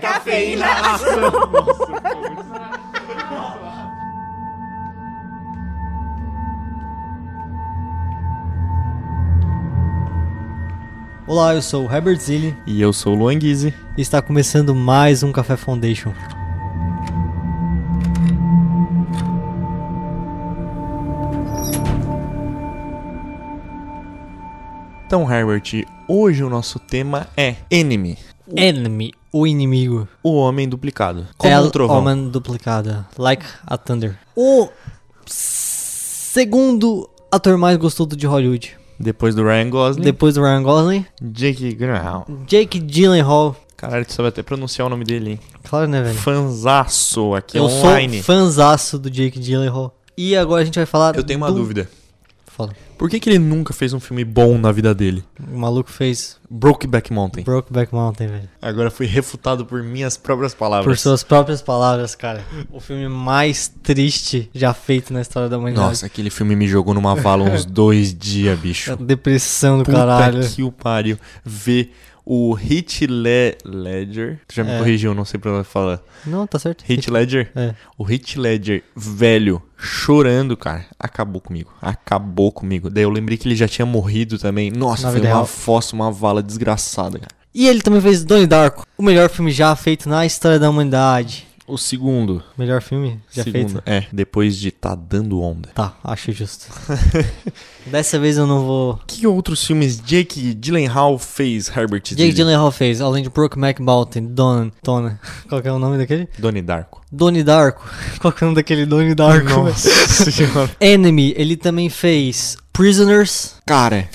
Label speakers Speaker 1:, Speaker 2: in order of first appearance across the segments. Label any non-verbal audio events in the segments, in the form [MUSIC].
Speaker 1: cafeína
Speaker 2: Olá, eu sou o Herbert Zilli
Speaker 3: E eu sou o Luan Guizzi.
Speaker 2: e está começando mais um Café Foundation.
Speaker 3: Então, Herbert, hoje o nosso tema é Enemy,
Speaker 2: Enemy, o inimigo.
Speaker 3: o homem duplicado. Como
Speaker 2: El
Speaker 3: um trovão.
Speaker 2: Omen duplicada. Like a Thunder. O segundo ator mais gostoso de Hollywood.
Speaker 3: Depois do Ryan Gosling,
Speaker 2: Depois do Ryan Gosling,
Speaker 3: Jake Gyllenhaal.
Speaker 2: Jake Gyllenhaal.
Speaker 3: Caralho, tu sabe até pronunciar o nome dele, hein?
Speaker 2: Claro, né, velho?
Speaker 3: Fanzaço aqui é
Speaker 2: eu
Speaker 3: online.
Speaker 2: sou fanzaço do Jake Gyllenhaal. E agora a gente vai falar
Speaker 3: Eu tenho uma
Speaker 2: do-
Speaker 3: dúvida.
Speaker 2: Fala.
Speaker 3: Por que, que ele nunca fez um filme bom na vida dele?
Speaker 2: O maluco fez
Speaker 3: Brokeback Mountain.
Speaker 2: Brokeback Mountain, velho.
Speaker 3: Agora fui refutado por minhas próprias
Speaker 2: Por
Speaker 3: palavras.
Speaker 2: suas próprias palavras, cara. O filme mais triste já feito na história da humanidade.
Speaker 3: Nossa, aquele filme me jogou numa vala
Speaker 2: [LAUGHS]
Speaker 3: uns dois dias, bicho.
Speaker 2: Depressão do
Speaker 3: Puta
Speaker 2: caralho.
Speaker 3: que o pariu. Ver o Hit Le Ledger. Tu já me
Speaker 2: É.
Speaker 3: corrigiu, não sei pra falar.
Speaker 2: Não, tá certo.
Speaker 3: Hit Ledger?
Speaker 2: É.
Speaker 3: O Hit Ledger, velho, chorando, cara. Acabou comigo. Acabou comigo. Daí eu lembrei que ele já tinha morrido também. Nossa,
Speaker 2: Na
Speaker 3: foi
Speaker 2: vida
Speaker 3: uma
Speaker 2: real.
Speaker 3: fossa, uma vala desgraçada, cara.
Speaker 2: E ele também fez Donnie Darko, o melhor filme já feito na história da humanidade.
Speaker 3: O segundo.
Speaker 2: Melhor filme já
Speaker 3: segundo.
Speaker 2: feito?
Speaker 3: É, depois de Tá Dando Onda.
Speaker 2: Tá, acho justo. [LAUGHS] Dessa vez eu não vou...
Speaker 3: Que outros filmes Jake Gyllenhaal fez, Herbert
Speaker 2: Jake
Speaker 3: Zilli?
Speaker 2: Gyllenhaal fez, além de Brokeback Mountain, Don, Tona. Qual que é o nome daquele?
Speaker 3: Donnie Darko.
Speaker 2: Donnie Darko. [LAUGHS] Qual que é o nome daquele Donnie Darko? [LAUGHS]
Speaker 3: senhora.
Speaker 2: Enemy, ele também fez Prisoners,
Speaker 3: Cara,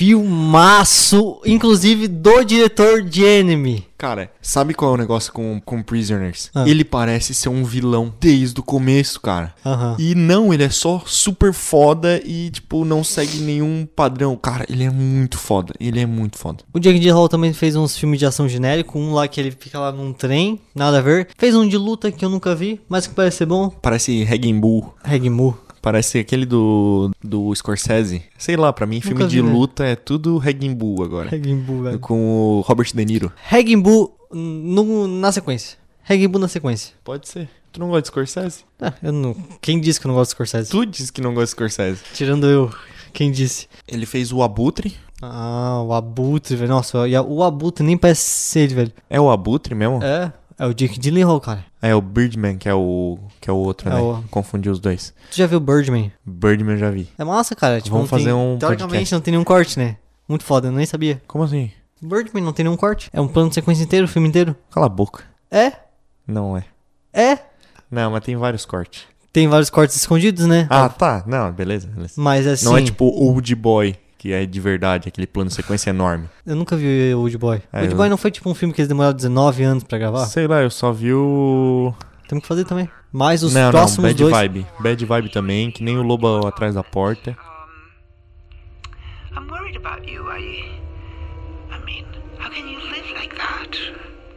Speaker 2: filmaço, inclusive do diretor de Enemy.
Speaker 3: Cara, sabe qual é o negócio com, com Prisoners?
Speaker 2: Ah.
Speaker 3: Ele parece ser um vilão desde o começo, cara.
Speaker 2: Aham.
Speaker 3: E não, ele é só super foda e, tipo, não segue nenhum padrão. Cara, ele é muito foda. Ele é muito foda.
Speaker 2: O Jake Gyllenhaal também fez uns filmes de ação genérico, um lá que ele fica lá num trem, nada a ver. Fez um de luta que eu nunca vi, mas que parece ser bom.
Speaker 3: Parece Regan Bull.
Speaker 2: Regmu.
Speaker 3: Parece aquele do, do Scorsese. Sei lá, pra mim, filme
Speaker 2: Nunca vi,
Speaker 3: de
Speaker 2: né?
Speaker 3: luta é tudo Regan Bull agora.
Speaker 2: Regmu, velho.
Speaker 3: Com o Robert De Niro.
Speaker 2: Regmu no- na sequência. Regmu na sequência.
Speaker 3: Pode ser. Tu não gosta de Scorsese?
Speaker 2: Ah, eu não... Quem disse que eu não gosto de Scorsese?
Speaker 3: Tu disse que não gosta de Scorsese.
Speaker 2: Tirando eu. Quem disse?
Speaker 3: Ele fez o Abutre.
Speaker 2: Ah, o Abutre, velho. Nossa, e a- o Abutre nem parece ser ele, velho.
Speaker 3: É o Abutre mesmo?
Speaker 2: É, é o Jake Gyllenhaal, cara.
Speaker 3: É o Birdman, que é o, que é o outro,
Speaker 2: É
Speaker 3: né?
Speaker 2: o-
Speaker 3: Confundi os dois.
Speaker 2: Tu já viu Birdman?
Speaker 3: Birdman eu já vi.
Speaker 2: É massa, cara. Tipo,
Speaker 3: Vamos
Speaker 2: não tem-
Speaker 3: fazer um
Speaker 2: Teoricamente
Speaker 3: podcast.
Speaker 2: não tem nenhum corte, né? Muito foda, eu nem sabia.
Speaker 3: Como assim?
Speaker 2: Birdman não tem nenhum corte. É um plano de sequência inteiro, o filme inteiro.
Speaker 3: Cala a boca.
Speaker 2: É?
Speaker 3: Não é.
Speaker 2: É?
Speaker 3: Não, mas tem vários cortes.
Speaker 2: Tem vários cortes escondidos, né?
Speaker 3: Ah, tá. Não, beleza. beleza.
Speaker 2: Mas assim.
Speaker 3: Não é tipo Old Boy, que é de verdade, aquele plano de sequência enorme.
Speaker 2: Eu nunca vi o Old Boy.
Speaker 3: É,
Speaker 2: Old
Speaker 3: eu-
Speaker 2: Boy não foi tipo um filme que eles demoraram 19 anos pra gravar?
Speaker 3: Sei lá, eu só vi o.
Speaker 2: Temos que fazer também. Mas os
Speaker 3: não, não,
Speaker 2: próximos
Speaker 3: Bad
Speaker 2: dois.
Speaker 3: Vibe. Bad Vibe também, que nem o Lobo atrás da porta.
Speaker 4: Um, I'm worried about you. I, I mean, how can you live like that?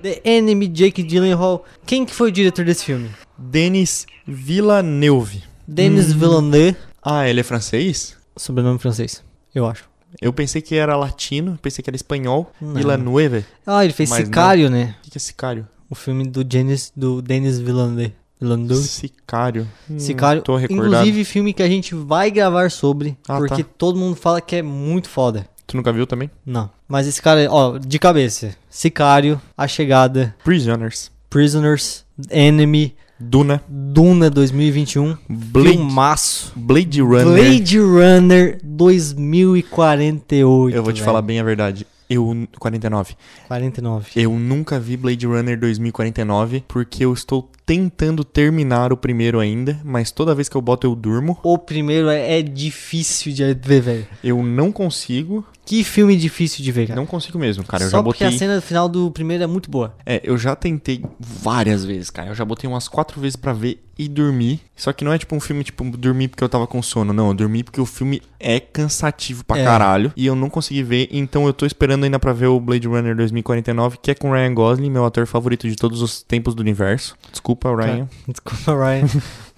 Speaker 2: The Enemy, Jake Gyllenhaal. Quem que foi o diretor desse filme?
Speaker 3: Denis Villeneuve.
Speaker 2: Denis
Speaker 3: Hum.
Speaker 2: Villeneuve.
Speaker 3: Ah, ele é francês?
Speaker 2: Sobrenome francês, eu acho.
Speaker 3: Eu pensei que era latino, pensei que era espanhol.
Speaker 2: Não.
Speaker 3: Villeneuve.
Speaker 2: Ah, ele fez
Speaker 3: Mas não.
Speaker 2: Sicário, né?
Speaker 3: O que que é sicário?
Speaker 2: O filme do, Janis, do Denis Villeneuve. Villeneuve.
Speaker 3: Sicário. Hum,
Speaker 2: Sicário.
Speaker 3: Tô recordado.
Speaker 2: Inclusive, filme que a gente vai gravar sobre,
Speaker 3: Ah,
Speaker 2: porque todo mundo fala que é muito foda.
Speaker 3: Tu nunca viu também?
Speaker 2: Não. Mas esse cara, ó, de cabeça. Sicário, A Chegada,
Speaker 3: Prisoners.
Speaker 2: Prisoners, Enemy,
Speaker 3: Duna.
Speaker 2: Duna 2021,
Speaker 3: Blade,
Speaker 2: Filmaço,
Speaker 3: Blade Runner.
Speaker 2: Blade Runner 2048.
Speaker 3: Eu vou te
Speaker 2: velho.
Speaker 3: falar bem a verdade. Eu. 49.
Speaker 2: 49.
Speaker 3: Eu nunca vi Blade Runner 2049 porque eu estou tentando terminar o primeiro ainda, mas toda vez que eu boto eu durmo.
Speaker 2: O primeiro é, é difícil de ver, velho.
Speaker 3: Eu não consigo.
Speaker 2: Que filme difícil de ver, cara.
Speaker 3: Não consigo mesmo, cara. Eu
Speaker 2: Só
Speaker 3: já
Speaker 2: porque
Speaker 3: botei.
Speaker 2: a cena final do primeiro é muito boa.
Speaker 3: É, eu já tentei várias vezes, cara. Eu já botei umas quatro vezes pra ver e dormir. Só que não é tipo um filme, tipo, dormir porque eu tava com sono. Não, eu dormi porque o filme é cansativo pra
Speaker 2: É.
Speaker 3: caralho. E eu não consegui ver, então eu tô esperando ainda pra ver o Blade Runner 2049, que é com Ryan Gosling, meu ator favorito de todos os tempos do universo.
Speaker 2: Tá.
Speaker 3: Desculpa, Ryan.
Speaker 2: [LAUGHS] Desculpa, Ryan.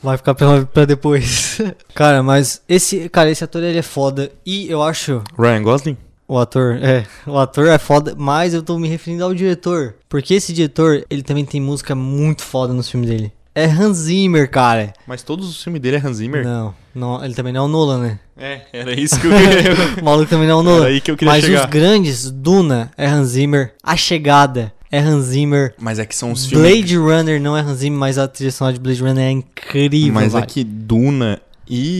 Speaker 2: Vai ficar pra, pra [LAUGHS] depois. cara, mas esse, cara, esse ator ele é foda. E eu acho
Speaker 3: Ryan Gosling?
Speaker 2: O ator, é. O ator é foda, mas eu tô me referindo ao diretor. Porque esse diretor, ele também tem música muito foda nos filmes dele. É Hans Zimmer, cara.
Speaker 3: Mas todos os filmes dele é Hans Zimmer?
Speaker 2: Não, não, ele também não é o Nolan,
Speaker 3: [LAUGHS]
Speaker 2: né?
Speaker 3: É, era isso que eu
Speaker 2: [LAUGHS]
Speaker 3: [LAUGHS] queria.
Speaker 2: O maluco também não é o Nolan.
Speaker 3: Era aí que eu queria
Speaker 2: mas
Speaker 3: chegar.
Speaker 2: os grandes, Duna é Hans Zimmer. A Chegada é Hans Zimmer.
Speaker 3: Mas é que são os filmes...
Speaker 2: Blade Runner não é Hans Zimmer, mas a trilha sonora de Blade Runner é incrível,
Speaker 3: Mas
Speaker 2: velho.
Speaker 3: é que Duna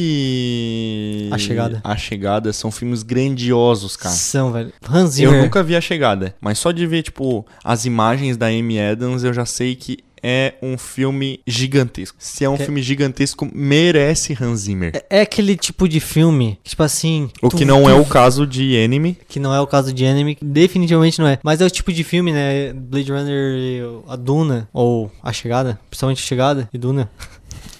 Speaker 3: e...
Speaker 2: A Chegada.
Speaker 3: A Chegada são filmes grandiosos, cara.
Speaker 2: São, velho. Hans
Speaker 3: Eu
Speaker 2: Zimmer.
Speaker 3: nunca vi A Chegada, mas só de ver, tipo, as imagens da Amy Adams, eu já sei que é um filme gigantesco. Se é um
Speaker 2: Que-
Speaker 3: filme gigantesco, merece Hans Zimmer.
Speaker 2: É aquele tipo de filme, que, tipo assim...
Speaker 3: o
Speaker 2: tu-
Speaker 3: que não
Speaker 2: tu
Speaker 3: é o caso de Enemy.
Speaker 2: que não é o caso de Enemy, que definitivamente não é. Mas é o tipo de filme, né? Blade Runner e o- a Duna, ou A Chegada, principalmente A Chegada e Duna.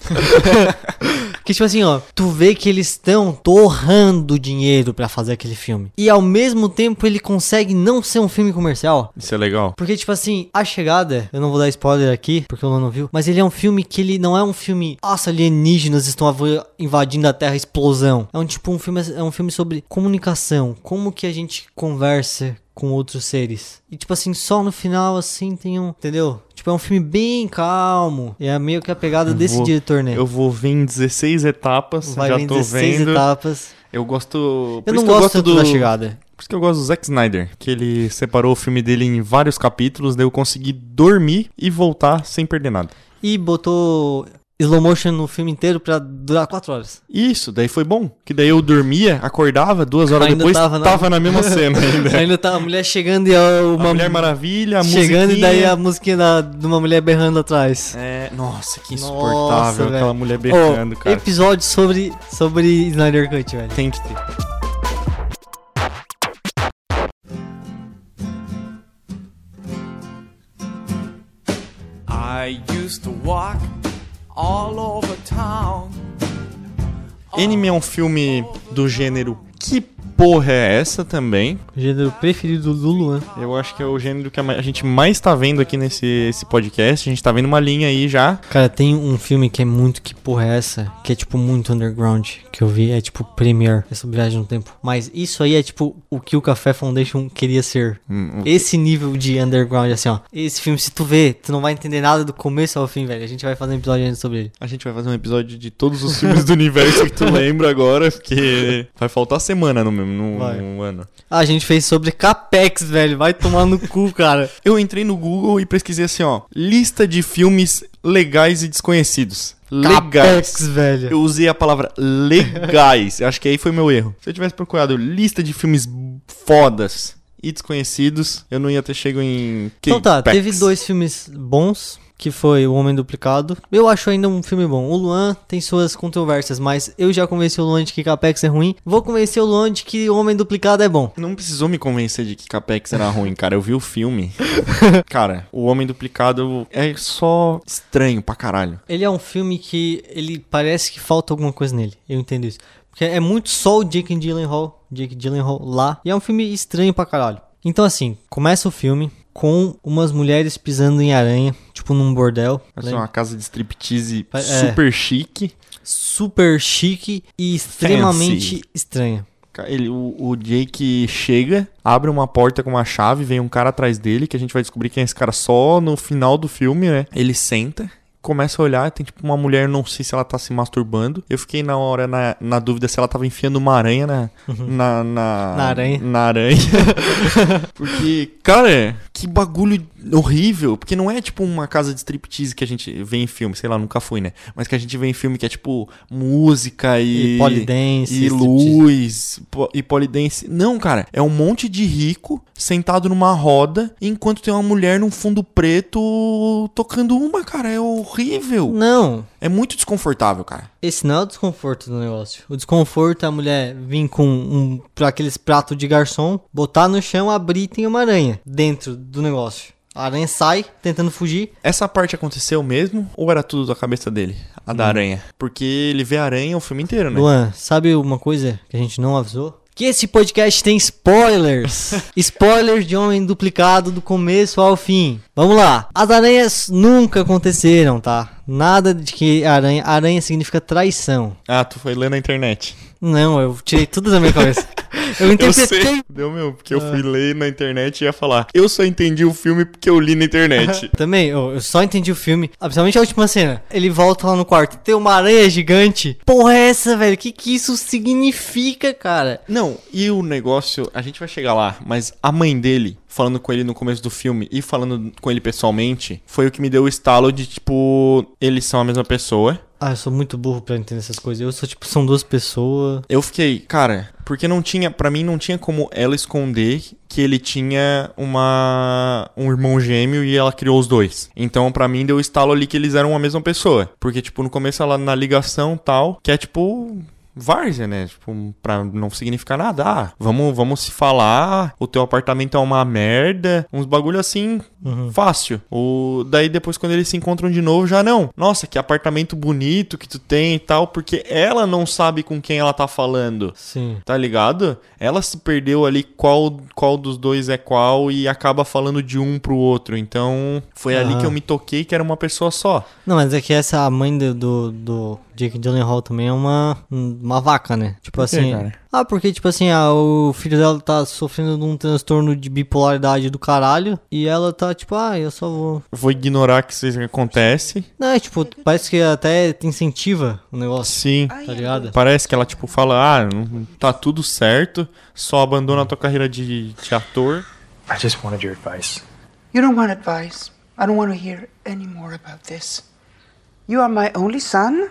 Speaker 2: [LAUGHS] que tipo assim, ó, tu vê que eles estão torrando dinheiro pra fazer aquele filme. E ao mesmo tempo ele consegue não ser um filme comercial.
Speaker 3: Isso é legal.
Speaker 2: Porque, tipo assim, A Chegada, eu não vou dar spoiler aqui, porque o Luan não viu, mas ele é um filme que ele não é um filme, nossa, alienígenas estão avo- invadindo a Terra, explosão. É um tipo, um filme, é um filme sobre comunicação, como que a gente conversa com outros seres. E, tipo assim, só no final, assim, tem um, entendeu? Tipo, é um filme bem calmo, é meio que a pegada desse
Speaker 3: vou-
Speaker 2: diretor, né?
Speaker 3: Eu vou ver em 16 etapas,
Speaker 2: Vai
Speaker 3: já
Speaker 2: vir
Speaker 3: tô
Speaker 2: 16
Speaker 3: vendo.
Speaker 2: etapas.
Speaker 3: Eu gosto.
Speaker 2: Eu
Speaker 3: por
Speaker 2: não
Speaker 3: isso que
Speaker 2: gosto,
Speaker 3: eu gosto
Speaker 2: tanto
Speaker 3: do
Speaker 2: da Chegada.
Speaker 3: Por isso que eu gosto do Zack Snyder, que ele separou o filme dele em vários capítulos, daí eu consegui dormir e voltar sem perder nada.
Speaker 2: E botou slow motion no filme inteiro pra durar 4 horas.
Speaker 3: Isso, daí foi bom. Que daí eu dormia, acordava, duas horas
Speaker 2: Ainda
Speaker 3: depois,
Speaker 2: tava
Speaker 3: tava
Speaker 2: na-
Speaker 3: na, mesma cena ainda.
Speaker 2: [LAUGHS] Ainda tá a mulher chegando e a- uma
Speaker 3: a Mulher Maravilha, a
Speaker 2: chegando e
Speaker 3: musiquinha.
Speaker 2: daí a musiquinha da- de uma mulher berrando atrás.
Speaker 3: É, nossa, que
Speaker 2: Nossa,
Speaker 3: insuportável
Speaker 2: velho.
Speaker 3: aquela mulher berrando,
Speaker 2: Ó,
Speaker 3: cara.
Speaker 2: Episódio sobre sobre Snyder Cut, velho.
Speaker 3: Tem que ter.
Speaker 1: I used to walk all over town.
Speaker 3: Anime é um filme do gênero Que porra é essa também?
Speaker 2: O gênero preferido do Luan.
Speaker 3: Eu acho que é o gênero que a ma- a gente mais tá vendo aqui nesse esse podcast. A gente tá vendo uma linha aí já.
Speaker 2: Cara, tem um filme que é muito que porra é essa, que é tipo muito underground, que eu vi, é tipo Premiere, é sobre viagem no tempo. Mas isso aí é tipo o que o Café Foundation queria ser.
Speaker 3: Hum,
Speaker 2: Esse nível de underground, assim, ó. Esse filme, se tu vê, tu não vai entender nada do começo ao fim, velho. A gente vai fazer um episódio ainda sobre ele.
Speaker 3: A gente vai fazer um episódio de todos os filmes do universo que
Speaker 2: [LAUGHS]
Speaker 3: tu lembra agora, porque vai faltar semana no, no,
Speaker 2: Vai.
Speaker 3: no ano.
Speaker 2: Ah, a gente fez sobre Capex, velho. Vai tomar no cu, cara.
Speaker 3: Eu entrei no Google e pesquisei assim, ó, lista de filmes legais e desconhecidos. Legais.
Speaker 2: [LAUGHS] Capex, velho.
Speaker 3: Eu usei a palavra
Speaker 2: [LAUGHS]
Speaker 3: legais. Eu Acho que aí foi meu erro. Se eu tivesse procurado lista de filmes fodas e desconhecidos, eu não ia ter chego em.
Speaker 2: Então tá,
Speaker 3: K-Pax.
Speaker 2: teve dois filmes bons, que foi O Homem Duplicado. Eu acho ainda um filme bom. O Luan tem suas controvérsias, mas eu já convenci o Luan de que Capex é ruim. Vou convencer o Luan de que O Homem Duplicado é bom.
Speaker 3: Não precisou me convencer de que Capex era ruim, cara. Eu vi o filme. cara, o Homem Duplicado é só estranho pra caralho.
Speaker 2: Ele é um filme que ele parece que falta alguma coisa nele. Eu entendo isso. Porque é muito só o Jake Gyllenhaal, Jake Gyllenhaal lá. E é um filme estranho pra caralho. Então assim, começa o filme com umas mulheres pisando em aranha, tipo num bordel.
Speaker 3: Parece
Speaker 2: Lembra?
Speaker 3: Assim, uma casa de striptease
Speaker 2: Pa- é.
Speaker 3: super chique.
Speaker 2: super chique e extremamente estranha.
Speaker 3: Ca- Ele, o, o Jake chega, abre uma porta com uma chave, vem um cara atrás dele, que a gente vai descobrir quem é esse cara só no final do filme, né? Ele senta, começa a olhar, tem tipo uma mulher, não sei se ela tá se masturbando. Eu fiquei na hora na, na dúvida se ela tava enfiando uma aranha na. Na, na,
Speaker 2: Uhum. Na aranha.
Speaker 3: na aranha. [LAUGHS] porque, cara, que bagulho horrível. Porque não é tipo uma casa de striptease que a gente vê em filme, sei lá, nunca fui, né? Mas que a gente vê em filme que é tipo música e.
Speaker 2: E polidense,
Speaker 3: E
Speaker 2: striptease.
Speaker 3: luz luz po- e polidense. Não, cara. É um monte de rico sentado numa roda, enquanto tem uma mulher num fundo preto tocando uma, cara. É horrível.
Speaker 2: Não,
Speaker 3: É muito desconfortável, cara.
Speaker 2: esse não é o desconforto do negócio. O desconforto é a mulher vir com um, pra aqueles pratos de garçom, botar no chão, abrir e tem uma aranha dentro do negócio. A aranha sai tentando fugir.
Speaker 3: Essa parte aconteceu mesmo ou era tudo da cabeça dele? A da aranha. Porque ele vê a aranha o filme inteiro, né?
Speaker 2: Luan, sabe uma coisa que a gente não avisou? Que esse podcast tem spoilers. spoilers de homem duplicado do começo ao fim. Vamos lá. As aranhas nunca aconteceram, tá? Nada de que aranha. Aranha significa traição.
Speaker 3: Ah, tu foi ler na internet.
Speaker 2: Não, eu tirei tudo da minha cabeça. Eu
Speaker 3: Eu sei.
Speaker 2: interpretei.
Speaker 3: Deu meu, porque eu fui ler na internet e ia falar. Eu só entendi o filme porque eu li
Speaker 2: [LAUGHS]
Speaker 3: na internet.
Speaker 2: Também, eu, eu só entendi o filme, ah, principalmente a última cena. Ele volta lá no quarto, tem uma aranha gigante. Porra, é essa, velho? O que, que isso significa, cara?
Speaker 3: Não, e o negócio, a gente vai chegar lá, mas a mãe dele, falando com ele no começo do filme e falando com ele pessoalmente, foi o que me deu o estalo de tipo, eles são a mesma pessoa.
Speaker 2: Ah, eu sou muito burro pra entender essas coisas. Eu sou tipo, são duas pessoas.
Speaker 3: Eu fiquei, cara, porque não tinha, Pra mim não tinha como ela esconder que ele tinha uma um irmão gêmeo e ela criou os dois. Então pra mim deu o estalo ali que eles eram a mesma pessoa, porque tipo no começo ela na ligação tal, que é tipo Várzea, né? Tipo, pra não significar nada. Ah, vamos, vamos se falar. O teu apartamento é uma merda. Uns bagulho assim, fácil. O... Daí depois, quando eles se encontram de novo, já não. Nossa, que apartamento bonito que tu tem e tal. Porque ela não sabe com quem ela tá falando.
Speaker 2: Sim.
Speaker 3: Tá ligado? Ela se perdeu ali qual, qual dos dois é qual e acaba falando de um pro outro. Então, foi ali
Speaker 2: Ah.
Speaker 3: que eu me toquei que era uma pessoa só.
Speaker 2: Não, mas é que essa a mãe do, do, do Jake Gyllenhaal também é uma, uma vaca, né? Tipo
Speaker 3: quê,
Speaker 2: assim.
Speaker 3: cara?
Speaker 2: Ah, porque, tipo assim, ah, o filho dela tá sofrendo de um transtorno de bipolaridade do caralho. E ela tá, tipo, ah, eu só vou.
Speaker 3: Vou ignorar que isso acontece.
Speaker 2: Não, é, tipo, parece que até te incentiva o negócio,
Speaker 3: Sim.
Speaker 2: tá ligado?
Speaker 3: Parece que ela, tipo, fala, ah, não- tá tudo certo, só abandona a tua carreira de, de ator.
Speaker 5: I just wanted your advice.
Speaker 4: You don't want advice. I don't want to hear any more about this. You are my only son.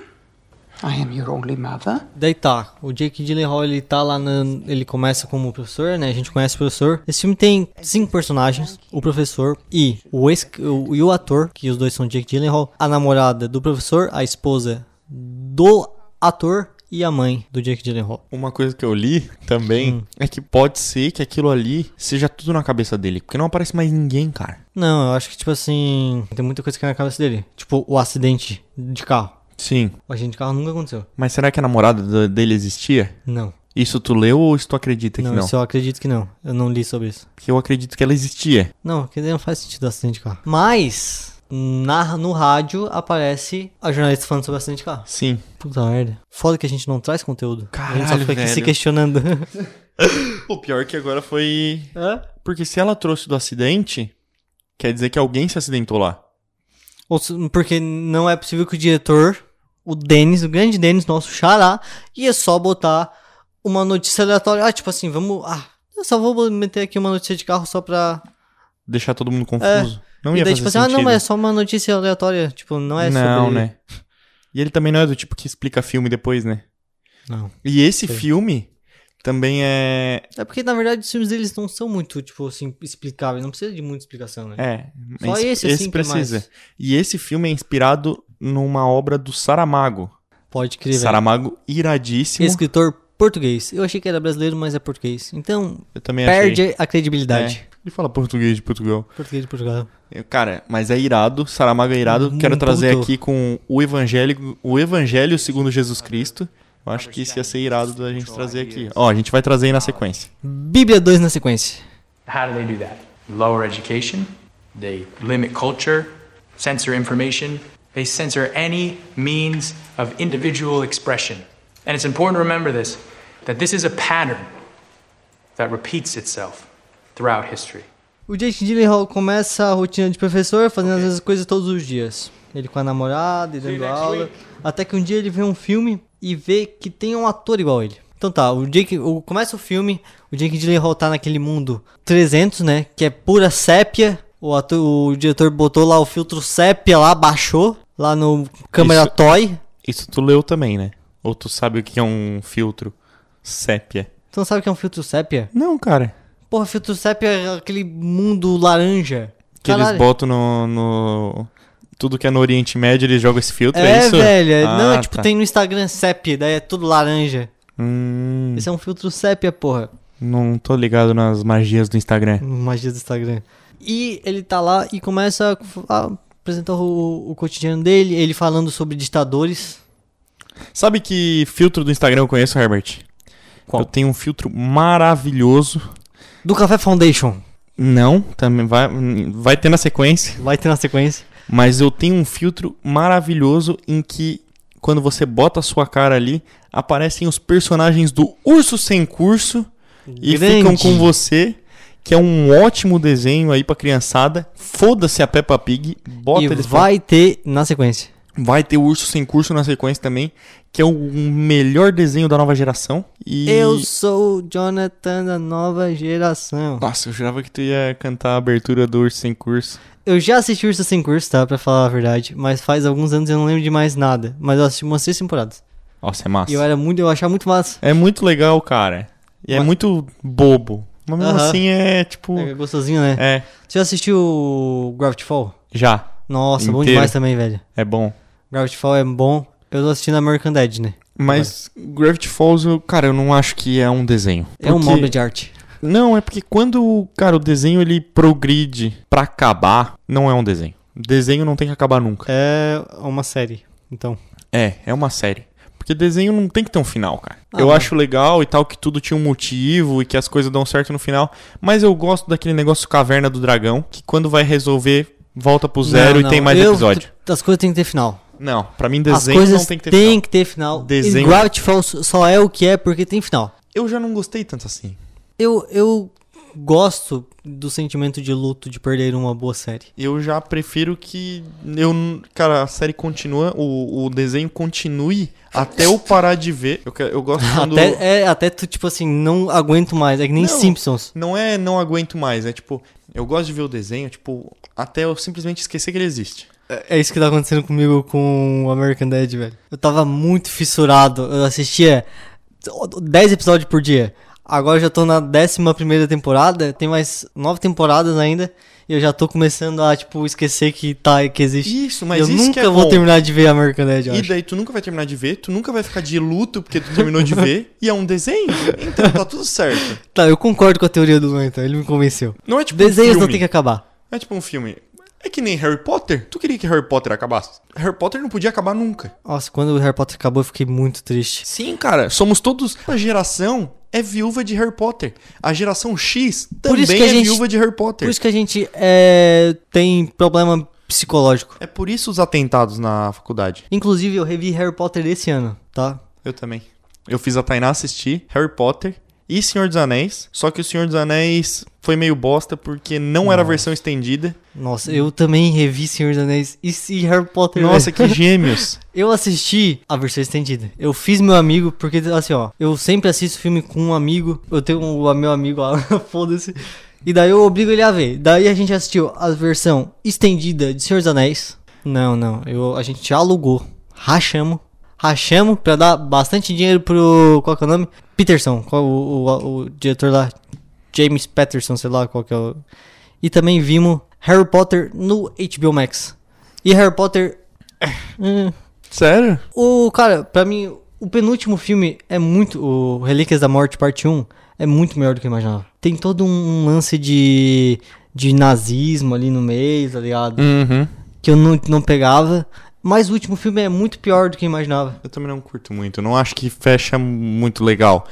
Speaker 4: I am your only mother.
Speaker 2: Daí tá, o Jake Gyllenhaal, ele tá lá, na, ele começa como professor, né? A gente conhece o professor. Esse filme tem cinco personagens, o professor e o, ex, o, e o ator, que os dois são Jake Gyllenhaal, a namorada do professor, a esposa do ator e a mãe do Jake Gyllenhaal.
Speaker 3: Uma coisa que eu li também
Speaker 2: Hum.
Speaker 3: é que pode ser que aquilo ali seja tudo na cabeça dele, porque não aparece mais ninguém, cara.
Speaker 2: Não, eu acho que, tipo assim, tem muita coisa que é na cabeça dele. Tipo, o acidente de carro.
Speaker 3: Sim.
Speaker 2: O acidente de carro nunca aconteceu.
Speaker 3: Mas será que a namorada do- dele existia?
Speaker 2: Não.
Speaker 3: Isso tu leu ou isso tu acredita que
Speaker 2: Não,
Speaker 3: não?
Speaker 2: isso eu acredito que não. Eu não li sobre isso.
Speaker 3: Porque eu acredito que ela existia.
Speaker 2: Não, que daí não faz sentido acidente de carro. Mas, na, no rádio aparece a jornalista falando sobre acidente de carro.
Speaker 3: Sim.
Speaker 2: Puta merda. Foda que a gente não traz conteúdo. a gente só
Speaker 3: Caralho,
Speaker 2: fica aqui se
Speaker 3: velho. [LAUGHS]
Speaker 2: questionando.
Speaker 3: O pior é que agora foi...
Speaker 2: Hã?
Speaker 3: Porque se ela trouxe do acidente, quer dizer que alguém se acidentou lá.
Speaker 2: Ou se- Porque não é possível que o diretor, o Denis, o grande Denis, nosso xará, ia só botar uma notícia aleatória. Ah, tipo assim, vamos. Ah, eu só vou meter aqui uma notícia de carro só pra.
Speaker 3: Deixar todo mundo confuso. Não
Speaker 2: e
Speaker 3: ia
Speaker 2: daí,
Speaker 3: fazer
Speaker 2: tipo assim,
Speaker 3: sentido.
Speaker 2: ah, não, mas é só uma notícia aleatória. Tipo, não é
Speaker 3: não,
Speaker 2: sobre.
Speaker 3: né? E ele também não é do tipo que explica filme depois, né?
Speaker 2: Não.
Speaker 3: E esse filme também é.
Speaker 2: É porque, na verdade, os filmes deles não são muito, tipo assim, explicáveis. Não precisa de muita explicação, né?
Speaker 3: É.
Speaker 2: Só
Speaker 3: ins-
Speaker 2: esse, assim, que é mais.
Speaker 3: E esse filme é inspirado numa obra do Saramago.
Speaker 2: Pode crer, velho.
Speaker 3: Saramago iradíssimo.
Speaker 2: Escritor português. Eu achei que era brasileiro, mas é português. Então,
Speaker 3: Eu também
Speaker 2: perde
Speaker 3: achei.
Speaker 2: a credibilidade.
Speaker 3: É. Ele fala português de Portugal.
Speaker 2: Português de Portugal.
Speaker 3: Eu- Cara, mas é irado. Saramago é irado.
Speaker 2: Hum,
Speaker 3: Quero trazer
Speaker 2: puto.
Speaker 3: aqui com o Evangelho, o Evangelho segundo Jesus Cristo. Eu acho que isso ia ser irado da gente trazer aqui. Ó, a gente vai trazer aí na sequência.
Speaker 2: Bíblia 2 na sequência.
Speaker 5: How do they do that? Lower education, they limit culture, censor information, they censor any means of individual expression. And it's important to remember this that this is a pattern that repeats itself throughout history.
Speaker 2: O Jake Gyllenhaal começa a rotina de professor fazendo as mesmas coisas todos os dias. Ele com a namorada e dando aula. Até que um dia ele vê um filme e vê que tem um ator igual ele. Então tá, o Jake, o, começa o filme, o Jake Gyllenhaal tá naquele mundo 300, né? Que é pura sépia. O, ator, o diretor botou lá o filtro sépia lá, baixou. Lá no câmera
Speaker 3: Isso-
Speaker 2: toy.
Speaker 3: Isso tu leu também, né? Ou tu sabe o que é um filtro sépia?
Speaker 2: Tu não sabe o que é um filtro sépia?
Speaker 3: Não, cara.
Speaker 2: Porra, filtro sépia é aquele mundo laranja.
Speaker 3: Que
Speaker 2: Caralho.
Speaker 3: eles botam no, no- Tudo que é no Oriente Médio, eles jogam esse filtro, é,
Speaker 2: É,
Speaker 3: isso?
Speaker 2: velho. é- não,
Speaker 3: Ah,
Speaker 2: é tipo,
Speaker 3: tá.
Speaker 2: tem no Instagram sépia, daí é tudo laranja.
Speaker 3: Hum,
Speaker 2: Esse é um filtro sépia, porra.
Speaker 3: não tô ligado nas magias do Instagram.
Speaker 2: Magia do Instagram. E ele tá lá e começa a apresentar o, o cotidiano dele, ele falando sobre ditadores.
Speaker 3: Sabe que filtro do Instagram eu conheço, Herbert? Eu tenho um filtro maravilhoso.
Speaker 2: Do Café Foundation.
Speaker 3: Não, também vai, vai ter na sequência.
Speaker 2: Vai ter na sequência.
Speaker 3: Mas eu tenho um filtro maravilhoso em que quando você bota a sua cara ali, aparecem os personagens do Urso Sem Curso e
Speaker 2: Grande.
Speaker 3: ficam com você, que é um ótimo desenho aí pra criançada. Foda-se a Peppa Pig, bota
Speaker 2: e
Speaker 3: eles pra
Speaker 2: vai ter na sequência.
Speaker 3: Vai ter o Urso Sem Curso na sequência também, que é o melhor desenho da nova geração. E...
Speaker 2: Eu sou o Jonathan da nova geração.
Speaker 3: Nossa, eu jurava que tu ia cantar a abertura do Urso Sem Curso.
Speaker 2: Eu já assisti Ursa Sem Curso, tá? Pra falar a verdade. Mas faz alguns anos eu não lembro de mais nada. Mas eu assisti umas seis temporadas.
Speaker 3: Nossa, é massa.
Speaker 2: E eu era muito, eu achava muito massa.
Speaker 3: É muito legal, cara. E é
Speaker 2: Mas-
Speaker 3: muito bobo. Mas mesmo
Speaker 2: Aham.
Speaker 3: assim é tipo...
Speaker 2: É gostosinho, né?
Speaker 3: É,
Speaker 2: Você já assistiu Gravity Fall?
Speaker 3: já.
Speaker 2: Nossa, bom
Speaker 3: Inteiro.
Speaker 2: demais também, velho.
Speaker 3: É bom.
Speaker 2: Gravity Fall é bom. Eu tô assistindo American Dad, né?
Speaker 3: Mas Gravity Falls, eu- cara, eu não acho que é um desenho.
Speaker 2: É uma
Speaker 3: Porque-
Speaker 2: obra de arte.
Speaker 3: Não, é porque quando, cara, o desenho ele progride pra acabar, não é um desenho. Desenho não tem que acabar nunca.
Speaker 2: É uma série, então.
Speaker 3: É, é uma série. Porque desenho não tem que ter um final, cara.
Speaker 2: Ah,
Speaker 3: eu
Speaker 2: mas-
Speaker 3: acho legal e tal, que tudo tinha um motivo e que as coisas dão certo no final. Mas eu gosto daquele negócio Caverna do Dragão, que quando vai resolver, volta pro zero
Speaker 2: Não,
Speaker 3: e
Speaker 2: não,
Speaker 3: tem mais
Speaker 2: eu-
Speaker 3: episódio.
Speaker 2: As coisas têm que ter final.
Speaker 3: Não, pra mim
Speaker 2: As
Speaker 3: desenho
Speaker 2: coisas
Speaker 3: não tem que ter final.
Speaker 2: final.
Speaker 3: Desenho-
Speaker 2: E Gravity Falls só é o que é porque tem final.
Speaker 3: Eu já não gostei tanto assim.
Speaker 2: Eu, eu gosto do sentimento de luto de perder uma boa série.
Speaker 3: Eu já prefiro que eu, n- cara, a série continua, o, o desenho continue até eu parar de ver. Eu, que- eu gosto quando
Speaker 2: [LAUGHS] Até, é, até tu, tipo assim, não aguento mais. É que nem
Speaker 3: Não.
Speaker 2: Simpsons.
Speaker 3: Não é não aguento mais, é tipo, eu gosto de ver o desenho, tipo, até eu simplesmente esquecer que ele existe.
Speaker 2: É isso que tá acontecendo comigo com o American Dad, velho. Eu tava muito fissurado. Eu assistia 10 episódios por dia. Agora eu já tô na 11 primeira temporada. Tem mais 9 temporadas ainda. E eu já tô começando a, tipo, esquecer que tá que existe.
Speaker 3: Isso, mas
Speaker 2: eu
Speaker 3: isso
Speaker 2: nunca
Speaker 3: que é
Speaker 2: vou
Speaker 3: bom.
Speaker 2: terminar de ver American Dad, eu
Speaker 3: E
Speaker 2: acho.
Speaker 3: daí tu nunca vai terminar de ver, tu nunca vai ficar de luto porque tu terminou de ver, e é um desenho, então tá tudo certo.
Speaker 2: Tá, eu concordo com a teoria do Luan, então. Ele me convenceu.
Speaker 3: Não é tipo
Speaker 2: Desenhos
Speaker 3: um
Speaker 2: não
Speaker 3: filme.
Speaker 2: tem que acabar.
Speaker 3: É tipo um filme. É que nem Harry Potter. Tu queria que Harry Potter acabasse? Harry Potter não podia acabar nunca.
Speaker 2: Nossa, quando o Harry Potter acabou, eu fiquei muito triste.
Speaker 3: Sim, cara, somos todos. A geração é viúva de Harry Potter. A geração X
Speaker 2: Por
Speaker 3: também
Speaker 2: isso que a
Speaker 3: é
Speaker 2: gente-
Speaker 3: viúva de Harry Potter.
Speaker 2: Por isso que a gente é, tem problema psicológico.
Speaker 3: É por isso os atentados na faculdade.
Speaker 2: Inclusive, eu revi Harry Potter esse ano, tá?
Speaker 3: Eu também. Eu fiz a Tainá assistir Harry Potter e Senhor dos Anéis. Só que o Senhor dos Anéis foi meio bosta porque não era a versão estendida.
Speaker 2: Nossa, eu também revi Senhor dos Anéis e, e Harry Potter. né?
Speaker 3: Nossa,
Speaker 2: velho. [LAUGHS]
Speaker 3: que gêmeos.
Speaker 2: Eu assisti a versão estendida. Eu fiz meu amigo, porque assim, ó, eu sempre assisto filme com um amigo. Eu tenho um, o meu amigo lá, [LAUGHS] foda-se. E daí eu obrigo ele a ver. Daí a gente assistiu a versão estendida de Senhor dos Anéis. Não, não. Eu, a gente alugou. Rachamos. Rachamos pra dar bastante dinheiro pro. Qual que é o nome? Peterson, qual, o, o- o diretor lá. James Patterson, sei lá qual que é o. E também vimos Harry Potter no HBO Max. E Harry Potter. hum,
Speaker 3: Sério?
Speaker 2: o cara, pra mim, o penúltimo filme é muito. O Relíquias da Morte, parte 1, é muito melhor do que eu imaginava. Tem todo um lance de. de nazismo ali no meio, tá ligado?
Speaker 3: Uhum.
Speaker 2: Que eu não, não pegava. Mas o último filme é muito pior do que eu imaginava.
Speaker 3: Eu também não curto muito. Não acho que fecha muito legal.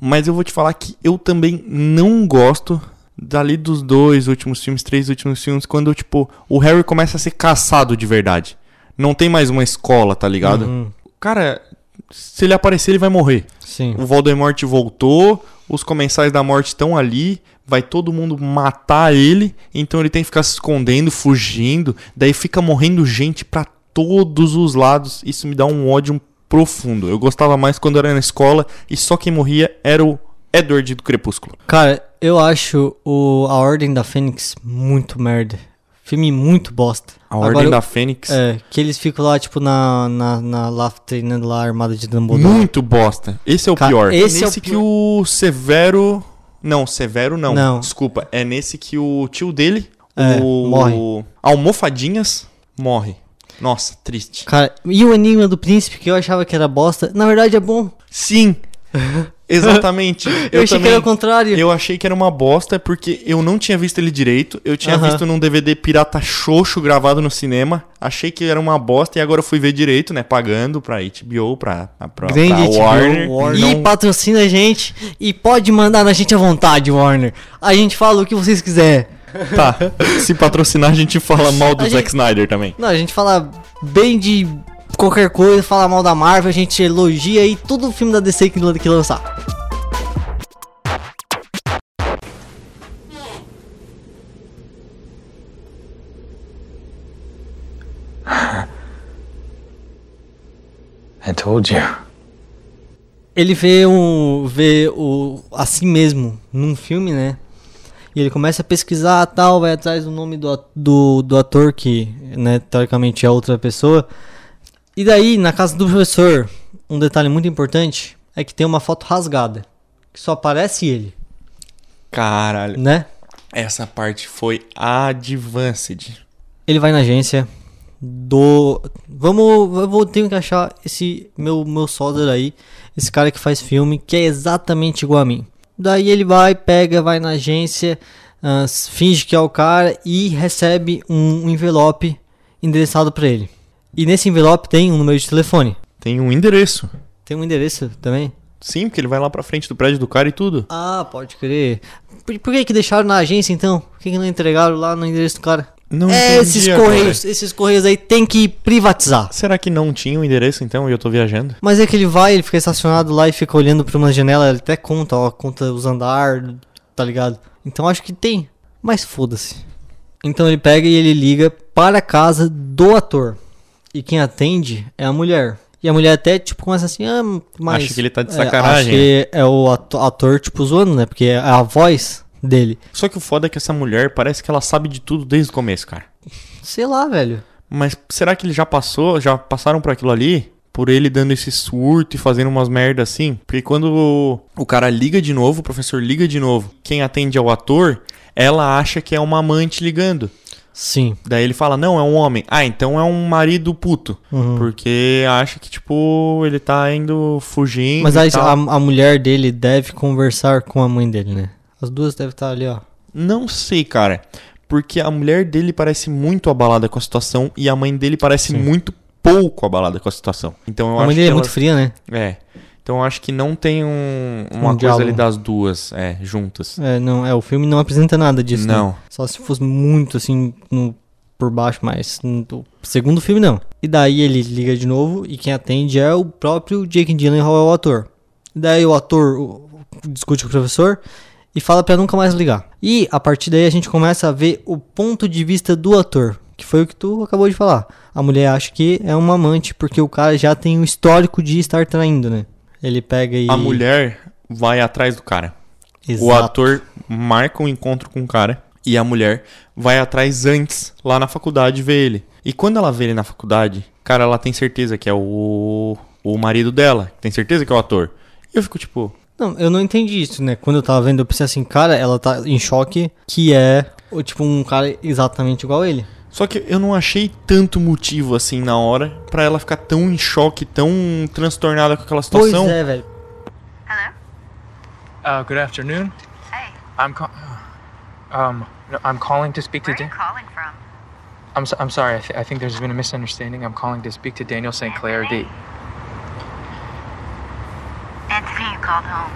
Speaker 3: Mas eu vou te falar que eu também não gosto dali dos dois últimos filmes, três últimos filmes, quando, tipo, o Harry começa a ser caçado de verdade. Não tem mais uma escola, tá ligado? Cara, se ele aparecer, ele vai morrer.
Speaker 2: Sim.
Speaker 3: O Voldemort voltou, os comensais da morte estão ali, vai todo mundo matar ele, então ele tem que ficar se escondendo, fugindo, daí fica morrendo gente pra todos os lados. Isso me dá um ódio profundo. Eu gostava mais quando era na escola e só quem morria era o Edward do Crepúsculo.
Speaker 2: Cara, eu acho o A Ordem da Fênix muito merda. Filme muito bosta.
Speaker 3: A Ordem
Speaker 2: Agora,
Speaker 3: da Fênix.
Speaker 2: É, que eles ficam lá, tipo, na, na, na- lá treinando lá a armada de Dumbledore.
Speaker 3: Muito bosta. Esse é o
Speaker 2: Ca-
Speaker 3: pior.
Speaker 2: esse é o
Speaker 3: nesse que
Speaker 2: pior.
Speaker 3: o Severo. Não, Severo não.
Speaker 2: Não.
Speaker 3: Desculpa. É nesse que o tio dele,
Speaker 2: É,
Speaker 3: o
Speaker 2: morre.
Speaker 3: Almofadinhas, morre. Nossa, triste.
Speaker 2: Cara, e o Enigma do Príncipe, que eu achava que era bosta, na verdade é bom.
Speaker 3: Sim!
Speaker 2: [LAUGHS]
Speaker 3: Exatamente.
Speaker 2: Eu, achei que
Speaker 3: também-
Speaker 2: era o contrário.
Speaker 3: Eu achei que era uma bosta porque eu não tinha visto ele direito. Eu tinha
Speaker 2: Aham.
Speaker 3: visto num DVD pirata xoxo gravado no cinema. Achei que era uma bosta e agora eu fui ver direito, né? Pagando pra HBO, pra, pra, pra
Speaker 2: Grande
Speaker 3: tá, tipo, Warner.
Speaker 2: Warner. E patrocina a gente. E pode mandar na gente à vontade, Warner. A gente fala o que vocês quiser.
Speaker 3: Tá, se patrocinar a gente fala mal do
Speaker 2: A
Speaker 3: Zack
Speaker 2: gente-
Speaker 3: Snyder também.
Speaker 2: Não, a gente fala bem de qualquer coisa, fala mal da Marvel, a gente elogia e todo filme da DC que que lançar.
Speaker 5: I told you.
Speaker 2: ele vê um vê o assim mesmo num filme, né? E ele começa a pesquisar tal, vai atrás do nome do, a- do, do ator que, né, teoricamente é outra pessoa. E daí, na casa do professor, um detalhe muito importante é que tem uma foto rasgada, que só aparece ele,
Speaker 3: Caralho.
Speaker 2: né?
Speaker 3: Essa parte foi advanced.
Speaker 2: Ele vai na agência do. Vamos. Eu vou ter que achar esse meu, meu sódio aí. Esse cara que faz filme, que é exatamente igual a mim. Daí ele vai, pega, vai na agência, ah, s- finge que é o cara e recebe um envelope endereçado pra ele. E nesse envelope tem um número de telefone.
Speaker 3: Tem um endereço.
Speaker 2: Tem um endereço também?
Speaker 3: Sim, porque ele vai lá pra frente do prédio do cara e tudo.
Speaker 2: Ah, pode crer. Por, por que, que deixaram na agência então? Por que, que não entregaram lá no endereço do cara?
Speaker 3: Não
Speaker 2: é,
Speaker 3: entendi
Speaker 2: esses
Speaker 3: agora.
Speaker 2: correios, esses correios aí tem que privatizar.
Speaker 3: Será que não tinha o endereço então e eu tô viajando?
Speaker 2: Mas é que ele vai, ele fica estacionado lá e fica olhando pra uma janela, ele até conta, ó, conta os andar, tá ligado? Então acho que tem, mas foda-se. Então ele pega e ele liga para a casa do ator. E quem atende é a mulher. E a mulher até, tipo, começa assim, ah, mas...
Speaker 3: Acha que ele tá de
Speaker 2: É, acho
Speaker 3: sacanagem. né?"
Speaker 2: que é o ato- ator, tipo, zoando, né? Porque é a voz dele.
Speaker 3: Só que o foda é que essa mulher parece que ela sabe de tudo desde o começo, cara.
Speaker 2: Sei lá, velho.
Speaker 3: Mas será que ele já passou, já passaram por aquilo ali? Por ele dando esse surto e fazendo umas merdas assim? Porque quando o, o cara liga de novo, o professor liga de novo, quem atende é o ator, ela acha que é uma amante ligando.
Speaker 2: Sim.
Speaker 3: Daí ele fala, não, é um homem. Ah, então é um marido puto.
Speaker 2: Uhum.
Speaker 3: Porque acha que, tipo, ele tá indo fugindo.
Speaker 2: Mas
Speaker 3: e
Speaker 2: aí a,
Speaker 3: tal.
Speaker 2: a mulher dele deve conversar com a mãe dele, né? As duas devem estar ali, ó.
Speaker 3: Não sei, cara. Porque a mulher dele parece muito abalada com a situação e a mãe dele parece muito pouco abalada com a situação. Então eu
Speaker 2: a
Speaker 3: acho
Speaker 2: mãe dele
Speaker 3: que
Speaker 2: é
Speaker 3: ela-
Speaker 2: muito fria, né?
Speaker 3: É. Então eu acho que não tem um, uma coisa
Speaker 2: diálogo.
Speaker 3: ali das duas, é, juntas.
Speaker 2: É, não, é, o filme não apresenta nada disso. né?
Speaker 3: Não.
Speaker 2: Só se fosse muito assim no- por baixo, mas no segundo filme não. E daí ele liga de novo e quem atende é o próprio Jake Gyllenhaal, é o ator. E daí o ator o- discute com o professor e fala pra nunca mais ligar. E a partir daí a gente começa a ver o ponto de vista do ator, que foi o que tu acabou de falar. A mulher acha que é uma amante porque o cara já tem um histórico de estar traindo, né? Ele pega e
Speaker 3: A mulher vai atrás do cara. O
Speaker 2: Exato.
Speaker 3: ator marca um encontro com o cara e a mulher vai atrás antes, lá na faculdade, ver ele. E quando ela vê ele na faculdade, cara, ela tem certeza que é o, o marido dela. Tem certeza que é o ator. E eu fico tipo,
Speaker 2: Não, eu não entendi isso, né? Quando eu tava vendo, eu pensei assim, cara, ela tá em choque, que é, o- tipo, um cara exatamente igual a ele.
Speaker 3: Só que eu não achei tanto motivo assim na hora pra ela ficar tão em choque, tão transtornada com aquela
Speaker 2: Pois
Speaker 3: situação.
Speaker 2: é, velho.
Speaker 5: Uh, good afternoon.
Speaker 6: Hey,
Speaker 5: I'm ca- um, no, I'm calling to speak to.
Speaker 6: where are you
Speaker 5: Dan-
Speaker 6: calling from?
Speaker 5: I'm so- I'm sorry. I, th- I think there's been a misunderstanding. I'm calling to speak to Daniel St. Clair. D.
Speaker 6: Anthony, you called home.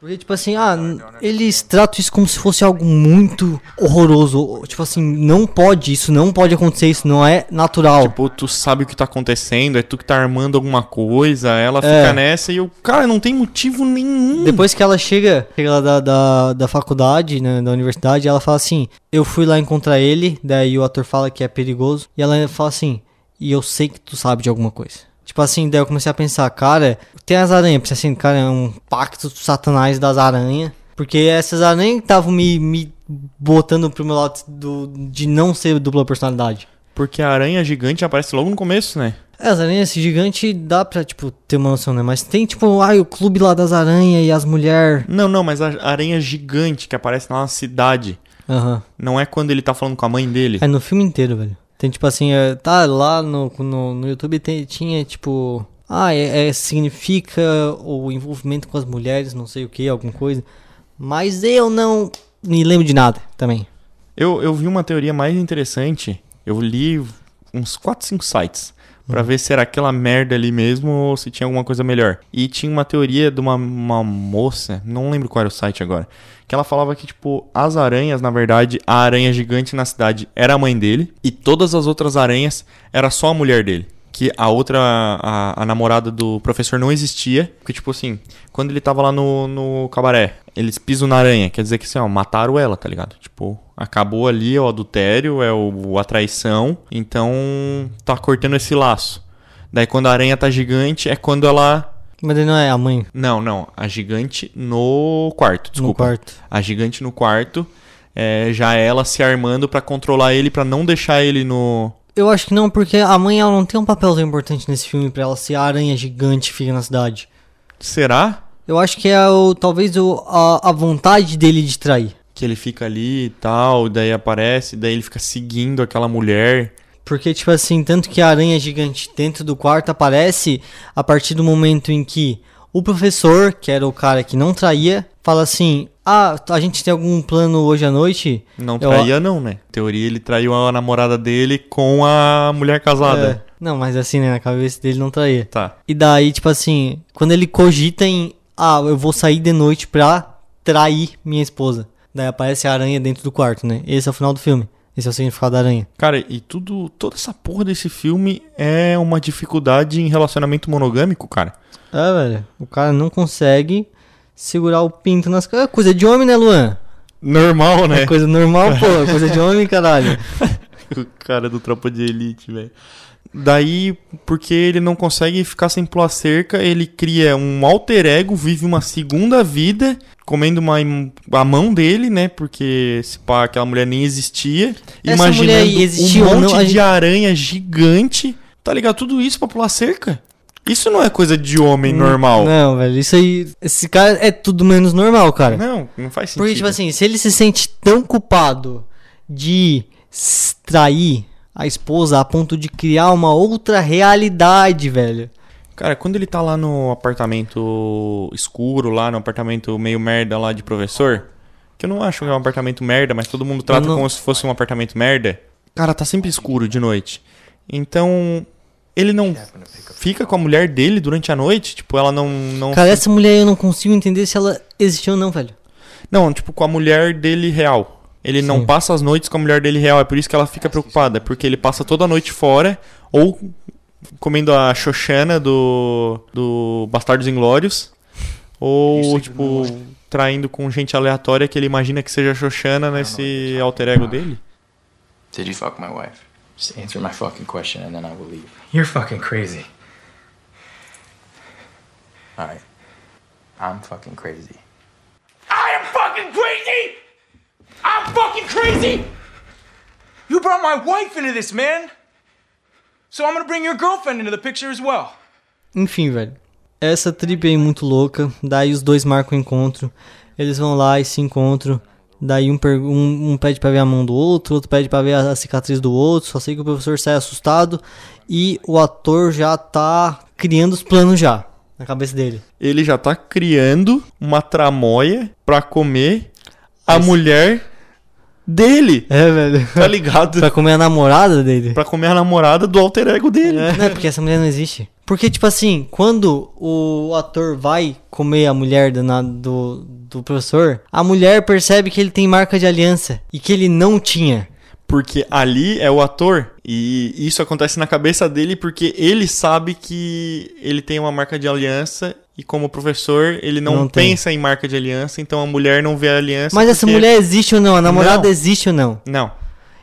Speaker 2: Porque, tipo assim, ah, n- eles tratam isso como se fosse algo muito horroroso. Tipo assim, não pode, isso não pode acontecer, isso não é natural.
Speaker 3: Tipo, tu sabe o que tá acontecendo, é tu que tá armando alguma coisa, ela
Speaker 2: É.
Speaker 3: fica nessa e eu, cara, não tem motivo nenhum.
Speaker 2: Depois que ela chega, chega lá da, da, da faculdade, né, da universidade, ela fala assim: Eu fui lá encontrar ele, daí o ator fala que é perigoso, e ela fala assim: E eu sei que tu sabe de alguma coisa. Tipo assim, daí eu comecei a pensar, cara, tem as aranhas, pensei assim, cara, é um pacto do satanás das aranhas. Porque essas aranhas que estavam me, me botando pro meu lado do, de não ser dupla personalidade.
Speaker 3: Porque a aranha gigante aparece logo no começo, né?
Speaker 2: É, As aranhas esse gigante dá pra, tipo, ter uma noção, né? Mas tem, tipo, ai, o clube lá das aranhas e as mulheres.
Speaker 3: Não, não, mas a aranha gigante que aparece lá na cidade.
Speaker 2: Aham.
Speaker 3: Não é quando ele tá falando com a mãe dele.
Speaker 2: É no filme inteiro, velho. Tem tipo assim, é, tá lá no, no, no YouTube tem- tinha tipo. Ah, é, é- significa o envolvimento com as mulheres, não sei o que, alguma coisa. Mas eu não me lembro de nada também.
Speaker 3: Eu, eu vi uma teoria mais interessante. Eu li uns 4, 5 sites pra ver se era aquela merda ali mesmo ou se tinha alguma coisa melhor. E tinha uma teoria de uma, uma moça, não lembro qual era o site agora, que ela falava que, tipo, as aranhas, na verdade, a aranha gigante na cidade era a mãe dele e todas as outras aranhas era só a mulher dele. que a outra, a, a namorada do professor não existia. Porque, tipo assim, quando ele tava lá no, no cabaré, eles pisam na aranha. Quer dizer que, assim, ó, mataram ela, tá ligado? Tipo, acabou ali é o adultério, é o, a traição. Então, tá cortando esse laço. Daí, quando a aranha tá gigante, é quando ela
Speaker 2: Mas ele não é a mãe.
Speaker 3: não, não. A gigante no quarto, desculpa.
Speaker 2: quarto.
Speaker 3: A gigante no quarto. é, já ela se armando pra controlar ele, pra não deixar ele no.
Speaker 2: Eu acho que não, porque a mãe ela não tem um papel tão importante nesse filme pra ela ser a aranha gigante que fica na cidade.
Speaker 3: Será
Speaker 2: Eu acho que é o, talvez o, a, a vontade dele de trair.
Speaker 3: que ele fica ali e tal? Daí aparece, daí ele fica seguindo aquela mulher.
Speaker 2: Porque, tipo assim, tanto que a aranha gigante dentro do quarto aparece a partir do momento em que o professor, que era o cara que não traía, fala assim: Ah, a gente tem algum plano hoje à noite?
Speaker 3: Não
Speaker 2: Eu-
Speaker 3: traía, não, né? Em teoria, ele traiu a namorada dele com a mulher
Speaker 2: É,
Speaker 3: casada.
Speaker 2: não, mas assim, né? Na cabeça dele não traía.
Speaker 3: Tá.
Speaker 2: E daí, tipo assim, quando ele cogita em, ah, eu vou sair de noite pra trair minha esposa. Daí aparece a aranha dentro do quarto, né? Esse é o final do filme. Esse é o significado da aranha.
Speaker 3: Cara, e tudo. Toda essa porra desse filme é uma dificuldade em relacionamento monogâmico, cara.
Speaker 2: É, velho. O cara não consegue segurar o pinto nas coisas. É coisa de homem, né, Luan?
Speaker 3: Normal, né?
Speaker 2: É coisa normal, pô.
Speaker 3: [LAUGHS]
Speaker 2: É coisa de homem, caralho.
Speaker 3: O cara do Tropa de Elite, velho. Daí, porque ele não consegue ficar sem pular cerca, ele cria um alter ego, vive uma segunda vida, comendo uma, im- a mão dele, né? Porque se pá, aquela mulher nem existia.
Speaker 2: Essa
Speaker 3: Imaginando
Speaker 2: mulher aí existiu,
Speaker 3: um monte
Speaker 2: não, a
Speaker 3: de
Speaker 2: gente-
Speaker 3: aranha gigante. Tá ligado? Tudo isso pra pular cerca? Isso não é coisa de homem normal.
Speaker 2: Hum, Não, velho. Isso aí. Esse cara é tudo menos normal, cara.
Speaker 3: Não, não faz sentido.
Speaker 2: Porque, tipo assim, se ele se sente tão culpado de s- trair a esposa a ponto de criar uma outra realidade, velho.
Speaker 3: Cara, quando ele tá lá no apartamento escuro, lá no apartamento meio merda lá de professor, que eu não acho que é um apartamento merda, mas todo mundo trata
Speaker 2: Eu não-
Speaker 3: como se fosse um apartamento merda. Cara, tá sempre escuro de noite. Então, ele não fica com a mulher dele durante a noite? Tipo, ela não. Não,
Speaker 2: Cara, essa mulher eu não consigo entender se ela existiu ou não, velho.
Speaker 3: não tipo, com a mulher dele real. Ele não passa as noites com a mulher dele real, é por isso que ela fica preocupada, porque ele passa toda a noite fora ou comendo a Xoxana do, do Bastardos Inglórios, ou, tipo, traindo com gente aleatória que ele imagina que seja a Xoxana nesse alter ego dele.
Speaker 5: Did you fuck my wife? Just answer my fucking question and then I will leave. You're fucking crazy. All right. I'm fucking crazy.
Speaker 1: I am fucking crazy! I'm fucking crazy!
Speaker 5: You brought my wife into this, man. So I'm gonna bring your girlfriend into the picture as well.
Speaker 2: Enfim, velho. Essa trip aí muito louca. Daí os dois marcam o encontro. Eles vão lá e se encontram. Daí um, per- um, um pede pra ver a mão do outro, outro pede pra ver a, a cicatriz do outro. Só sei que o professor sai assustado. E o ator já tá criando os planos já. Na cabeça dele.
Speaker 3: Ele já tá criando uma tramóia pra comer a mulher dele,
Speaker 2: É, velho.
Speaker 3: tá ligado?
Speaker 2: pra comer a namorada dele.
Speaker 3: pra comer a namorada do alter ego dele.
Speaker 2: Não, é porque essa mulher não existe. Porque, tipo assim, quando o ator vai comer a mulher do, na- do, do professor, a mulher percebe que ele tem marca de aliança e que ele não tinha.
Speaker 3: Porque ali é o ator e isso acontece na cabeça dele porque ele sabe que ele tem uma marca de aliança e como professor ele não,
Speaker 2: Não tem.
Speaker 3: pensa em marca de aliança, então a mulher não vê a aliança.
Speaker 2: Mas essa
Speaker 3: porque-
Speaker 2: mulher existe ou não? A namorada
Speaker 3: Não.
Speaker 2: existe ou não?
Speaker 3: Não.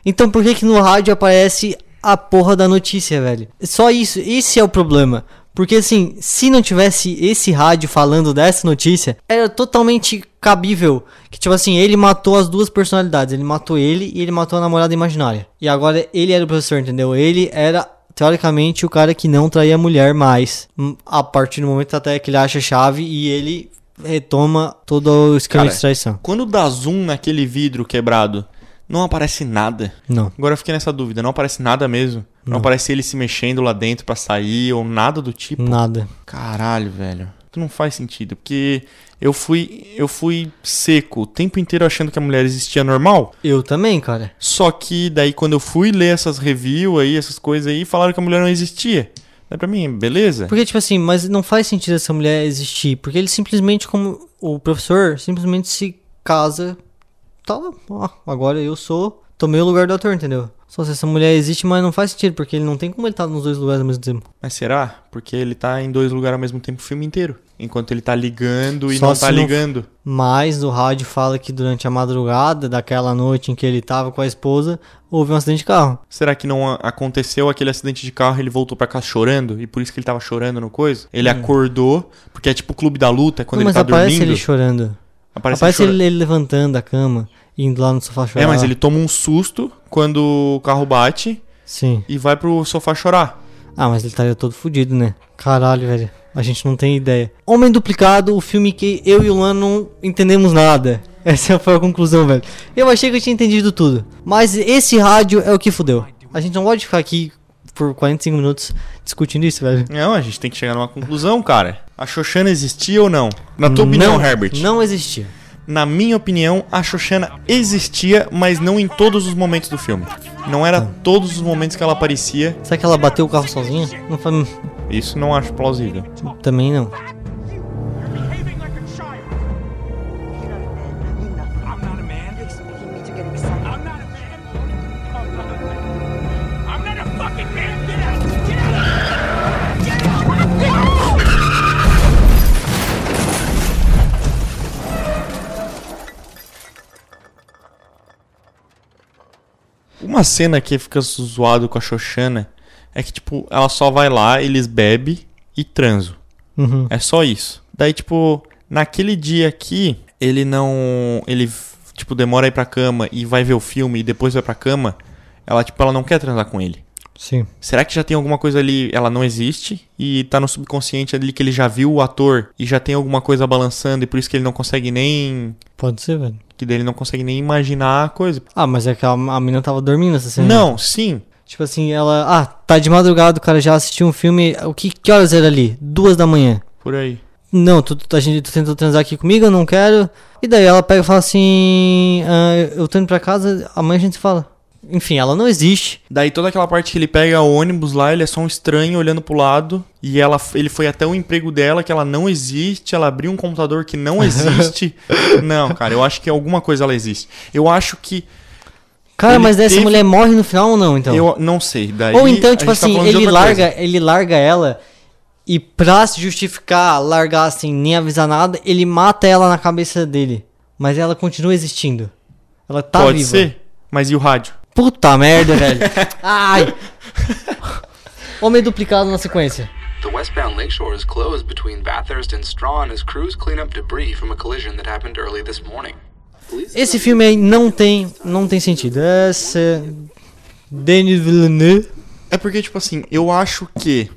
Speaker 2: Então por que que no rádio aparece a porra da notícia, velho? Só isso, esse é o problema. Porque assim, se não tivesse esse rádio falando dessa notícia, era totalmente cabível. Que tipo assim, ele matou as duas personalidades. Ele matou ele e ele matou a namorada imaginária. E agora ele era o professor, entendeu? Ele era, teoricamente, o cara que não traía a mulher mais. hum, A partir do momento até que ele acha a chave e ele retoma todo o esquema
Speaker 3: Cara,
Speaker 2: de traição.
Speaker 3: Quando dá zoom naquele vidro quebrado, não aparece nada.
Speaker 2: Não.
Speaker 3: Agora eu fiquei nessa dúvida, não aparece nada mesmo? Não, aparece ele se mexendo lá dentro pra sair ou nada do tipo?
Speaker 2: Nada.
Speaker 3: Caralho, velho. Tu não faz sentido, porque eu fui eu fui seco o tempo inteiro achando que a mulher existia normal.
Speaker 2: Eu também, cara.
Speaker 3: Só que daí quando eu fui ler essas reviews aí, essas coisas aí, falaram que a mulher não existia. Daí pra mim, beleza?
Speaker 2: Porque, tipo assim, mas não faz sentido essa mulher existir. Porque ele simplesmente, como o professor, simplesmente se casa. Tá, ó, agora eu sou. Tomei o lugar do ator, entendeu? Só se essa mulher existe, mas não faz sentido, porque ele não tem como ele estar nos dois lugares ao mesmo tempo.
Speaker 3: Mas será? Porque ele tá em dois lugares ao mesmo tempo o filme inteiro. Enquanto ele tá ligando e
Speaker 2: Só
Speaker 3: não
Speaker 2: se
Speaker 3: tá
Speaker 2: não-
Speaker 3: ligando.
Speaker 2: Mas o rádio fala que durante a madrugada daquela noite em que ele tava com a esposa, houve um acidente de carro.
Speaker 3: Será que não a- aconteceu aquele acidente de carro e ele voltou pra casa chorando? E por isso que ele tava chorando no coisa? Ele acordou, porque é tipo o clube da luta, quando
Speaker 2: Não,
Speaker 3: ele
Speaker 2: Hum. mas
Speaker 3: tá
Speaker 2: aparece
Speaker 3: dormindo.
Speaker 2: ele chorando.
Speaker 3: aparece,
Speaker 2: aparece
Speaker 3: ele
Speaker 2: ele, Ah.
Speaker 3: chorando.
Speaker 2: ele levantando da cama, indo lá no sofá chorar.
Speaker 3: É, mas ele toma um susto quando o carro bate
Speaker 2: Sim.
Speaker 3: e vai pro sofá chorar.
Speaker 2: Ah, mas ele estaria todo fudido, né? Caralho, velho. A gente não tem ideia. Homem Duplicado, o filme que eu e o Luan não entendemos nada. [LAUGHS] Essa foi a conclusão, velho. Eu achei que eu tinha entendido tudo. Mas esse rádio é o que fudeu. A gente não pode ficar aqui por 45 minutos discutindo isso, velho.
Speaker 3: Não, a gente tem que chegar numa conclusão, cara. A Xoxana existia ou não? Na tua opinião,
Speaker 2: não,
Speaker 3: Herbert?
Speaker 2: Não existia.
Speaker 3: Na minha opinião, a Xoxana existia, mas não em todos os momentos do filme. Não era
Speaker 2: Tá.
Speaker 3: todos os momentos que ela aparecia.
Speaker 2: Será que ela bateu o carro sozinha? Não foi...
Speaker 3: Isso não acho plausível.
Speaker 2: Também não.
Speaker 3: Uma cena que fica zoado com a Xoxana é que, tipo, ela só vai lá, eles bebem e transo.
Speaker 2: Uhum.
Speaker 3: É só isso. Daí, tipo, naquele dia aqui, ele não. Ele, tipo, demora a ir pra cama e vai ver o filme e depois vai pra cama. Ela, tipo, ela não quer transar com ele.
Speaker 2: Sim.
Speaker 3: Será que já tem alguma coisa ali, ela não existe e tá no subconsciente ali que ele já viu o ator e já tem alguma coisa balançando e por isso que ele não consegue nem
Speaker 2: Pode ser, velho.
Speaker 3: que dele não consegue nem imaginar a coisa.
Speaker 2: Ah, mas é que a, a menina tava dormindo essa cena.
Speaker 3: Não, sim.
Speaker 2: Tipo assim, ela. Ah, tá de madrugada, o cara já assistiu um filme. O que, que horas era ali? Duas da manhã.
Speaker 3: Por aí.
Speaker 2: Não, tu, tu- a gente, tu tentou transar aqui comigo, eu não quero. E daí ela pega e fala assim: ah, Eu tô indo pra casa, amanhã a gente se fala. Enfim, ela não existe.
Speaker 3: Daí toda aquela parte que ele pega o ônibus lá, ele é só um estranho olhando pro lado e ela ele foi até o emprego dela que ela não existe, ela abriu um computador que não existe. não, cara, eu acho que alguma coisa ela existe. Eu acho que
Speaker 2: Cara,
Speaker 3: Ele
Speaker 2: mas daí essa
Speaker 3: teve-
Speaker 2: mulher morre no final ou não, então?
Speaker 3: eu não sei. Daí
Speaker 2: Ou então,
Speaker 3: a
Speaker 2: tipo
Speaker 3: gente tá
Speaker 2: assim,
Speaker 3: falando de
Speaker 2: ele
Speaker 3: outra coisa.
Speaker 2: larga, ele larga ela e pra se justificar, largar assim, nem avisar nada, ele mata ela na cabeça dele. Mas ela continua existindo. Ela tá
Speaker 3: Pode
Speaker 2: viva.
Speaker 3: ser, mas e o rádio?
Speaker 2: Puta merda, velho. [LAUGHS] Ai. Homem duplicado na sequência.
Speaker 7: The westbound lakeshore is closed between Bathurst and Strawn as crews clean up debris from a collision that happened early this morning.
Speaker 2: Esse filme aí não tem, não tem sentido. Essa é Denis Villeneuve.
Speaker 3: É porque, tipo assim, eu acho que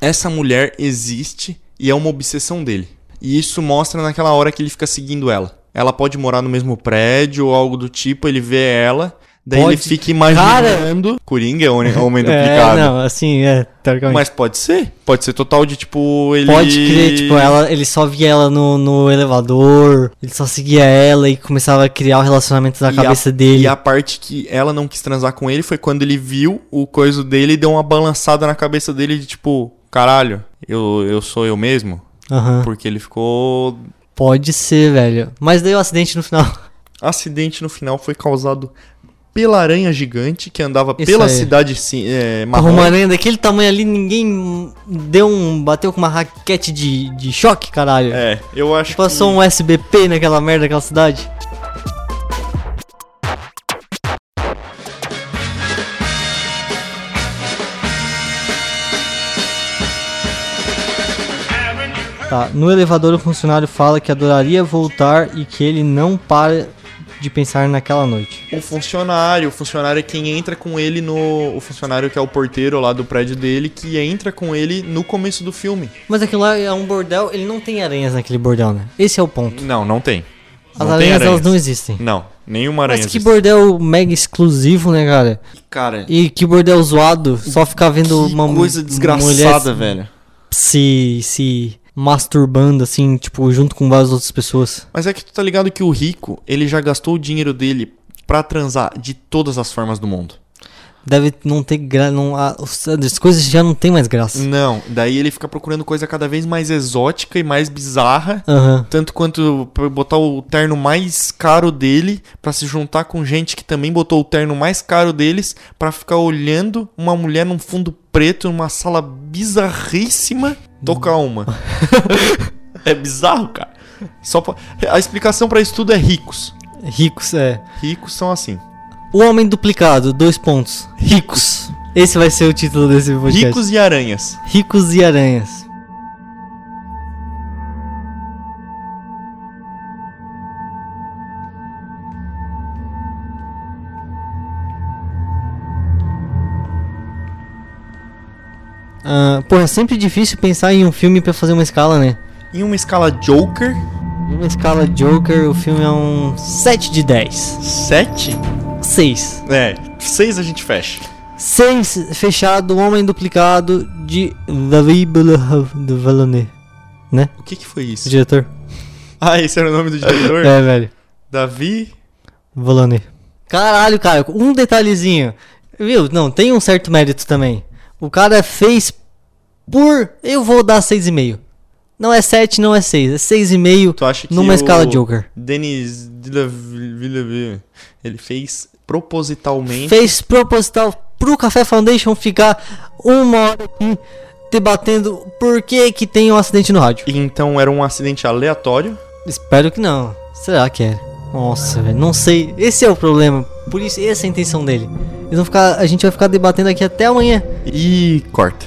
Speaker 3: essa mulher existe e é uma obsessão dele. E isso mostra naquela hora que ele fica seguindo ela. Ela pode morar no mesmo prédio ou algo do tipo, ele vê ela, daí
Speaker 2: Pode-
Speaker 3: ele fica imaginando. Coringa é
Speaker 2: [LAUGHS]
Speaker 3: homem, homem
Speaker 2: É,
Speaker 3: duplicado.
Speaker 2: não, assim, é, teoricamente.
Speaker 3: Mas pode ser. Pode ser total de tipo ele.
Speaker 2: Pode crer, tipo, ela, ele só via ela no, no elevador, ele só seguia ela e começava a criar o relacionamento na
Speaker 3: E a-
Speaker 2: cabeça dele.
Speaker 3: E a parte que ela não quis transar com ele foi quando ele viu o coiso dele e deu uma balançada na cabeça dele de tipo, caralho, eu, eu sou eu mesmo?
Speaker 2: Aham.
Speaker 3: Porque ele ficou.
Speaker 2: Pode ser, velho. Mas daí o acidente no
Speaker 3: [LAUGHS]
Speaker 2: final.
Speaker 3: Acidente no final foi causado pela aranha gigante que andava
Speaker 2: Isso
Speaker 3: pela
Speaker 2: aí.
Speaker 3: cidade ci- é, marrom.
Speaker 2: Uma aranha daquele tamanho ali, ninguém deu um. bateu com uma raquete de, de choque, caralho.
Speaker 3: É, eu acho
Speaker 2: Passou
Speaker 3: que.
Speaker 2: um SBP naquela merda, naquela cidade. Tá, no elevador o funcionário fala que adoraria voltar e que ele não para de pensar naquela noite.
Speaker 3: O funcionário, o funcionário é quem entra com ele no. O funcionário que é o porteiro lá do prédio dele, que entra com ele no começo do filme.
Speaker 2: Mas aquilo lá é um bordel, ele não tem aranhas naquele bordel, né? Esse é o ponto.
Speaker 3: Não, não tem.
Speaker 2: As
Speaker 3: não tem
Speaker 2: aranhas, elas
Speaker 3: aranhas.
Speaker 2: não existem.
Speaker 3: Não, nenhuma aranha.
Speaker 2: Mas que
Speaker 3: existe.
Speaker 2: bordel mega exclusivo, né, cara?
Speaker 3: Cara,
Speaker 2: E que bordel zoado, só ficar vendo
Speaker 3: que
Speaker 2: uma mu-
Speaker 3: coisa desgraçada,
Speaker 2: mulher assim.
Speaker 3: velho.
Speaker 2: se, se masturbando, assim, tipo, junto com várias outras pessoas.
Speaker 3: Mas é que tu tá ligado que o rico, ele já gastou o dinheiro dele pra transar de todas as formas do mundo.
Speaker 2: Deve não ter graça. Não, a- os- as coisas já não tem mais graça.
Speaker 3: Não, daí ele fica procurando coisa cada vez mais exótica e mais bizarra.
Speaker 2: Aham.
Speaker 3: Tanto quanto pra botar o terno mais caro dele pra se juntar com gente que também botou o terno mais caro deles pra ficar olhando uma mulher num fundo preto numa sala bizarríssima tocar uma. Hum. [LAUGHS] é bizarro, cara. Só pra- A explicação pra isso tudo é ricos.
Speaker 2: Ricos, é.
Speaker 3: Ricos são assim.
Speaker 2: O Homem Duplicado, dois pontos. Ricos. Esse vai ser o título desse podcast.
Speaker 3: Ricos e aranhas.
Speaker 2: Ricos e Aranhas. Ah, porra, é sempre difícil pensar em um filme pra fazer uma escala, né?
Speaker 3: Em uma escala Joker,
Speaker 2: Numa escala Joker, o filme é um 7 de 10.
Speaker 3: 7?
Speaker 2: 6.
Speaker 3: É, 6 a gente fecha.
Speaker 2: 6 fechado, Homem Duplicado de David Villeneuve,
Speaker 3: O que que foi
Speaker 2: né? o
Speaker 3: isso?
Speaker 2: diretor.
Speaker 3: Ah, esse era o nome do diretor?
Speaker 2: É, velho.
Speaker 3: Davi?
Speaker 2: Volane. Caralho, cara, um detalhezinho. Viu? Não, tem um certo mérito também. O cara fez por. Eu vou dar 6,5. Não é 7, não é 6. É 6,5
Speaker 3: Tu acha que
Speaker 2: numa
Speaker 3: o
Speaker 2: escala Joker.
Speaker 3: Denis Villeneuve, ele fez propositalmente.
Speaker 2: Fez proposital pro Café Foundation ficar uma hora aqui debatendo por que que tem um acidente no rádio.
Speaker 3: Então era um acidente aleatório.
Speaker 2: Espero que não. Será que é? Nossa, velho, não sei. Esse é o problema. Por isso, essa é a intenção dele. Eles vão ficar, a gente vai ficar debatendo aqui até amanhã.
Speaker 3: E corta.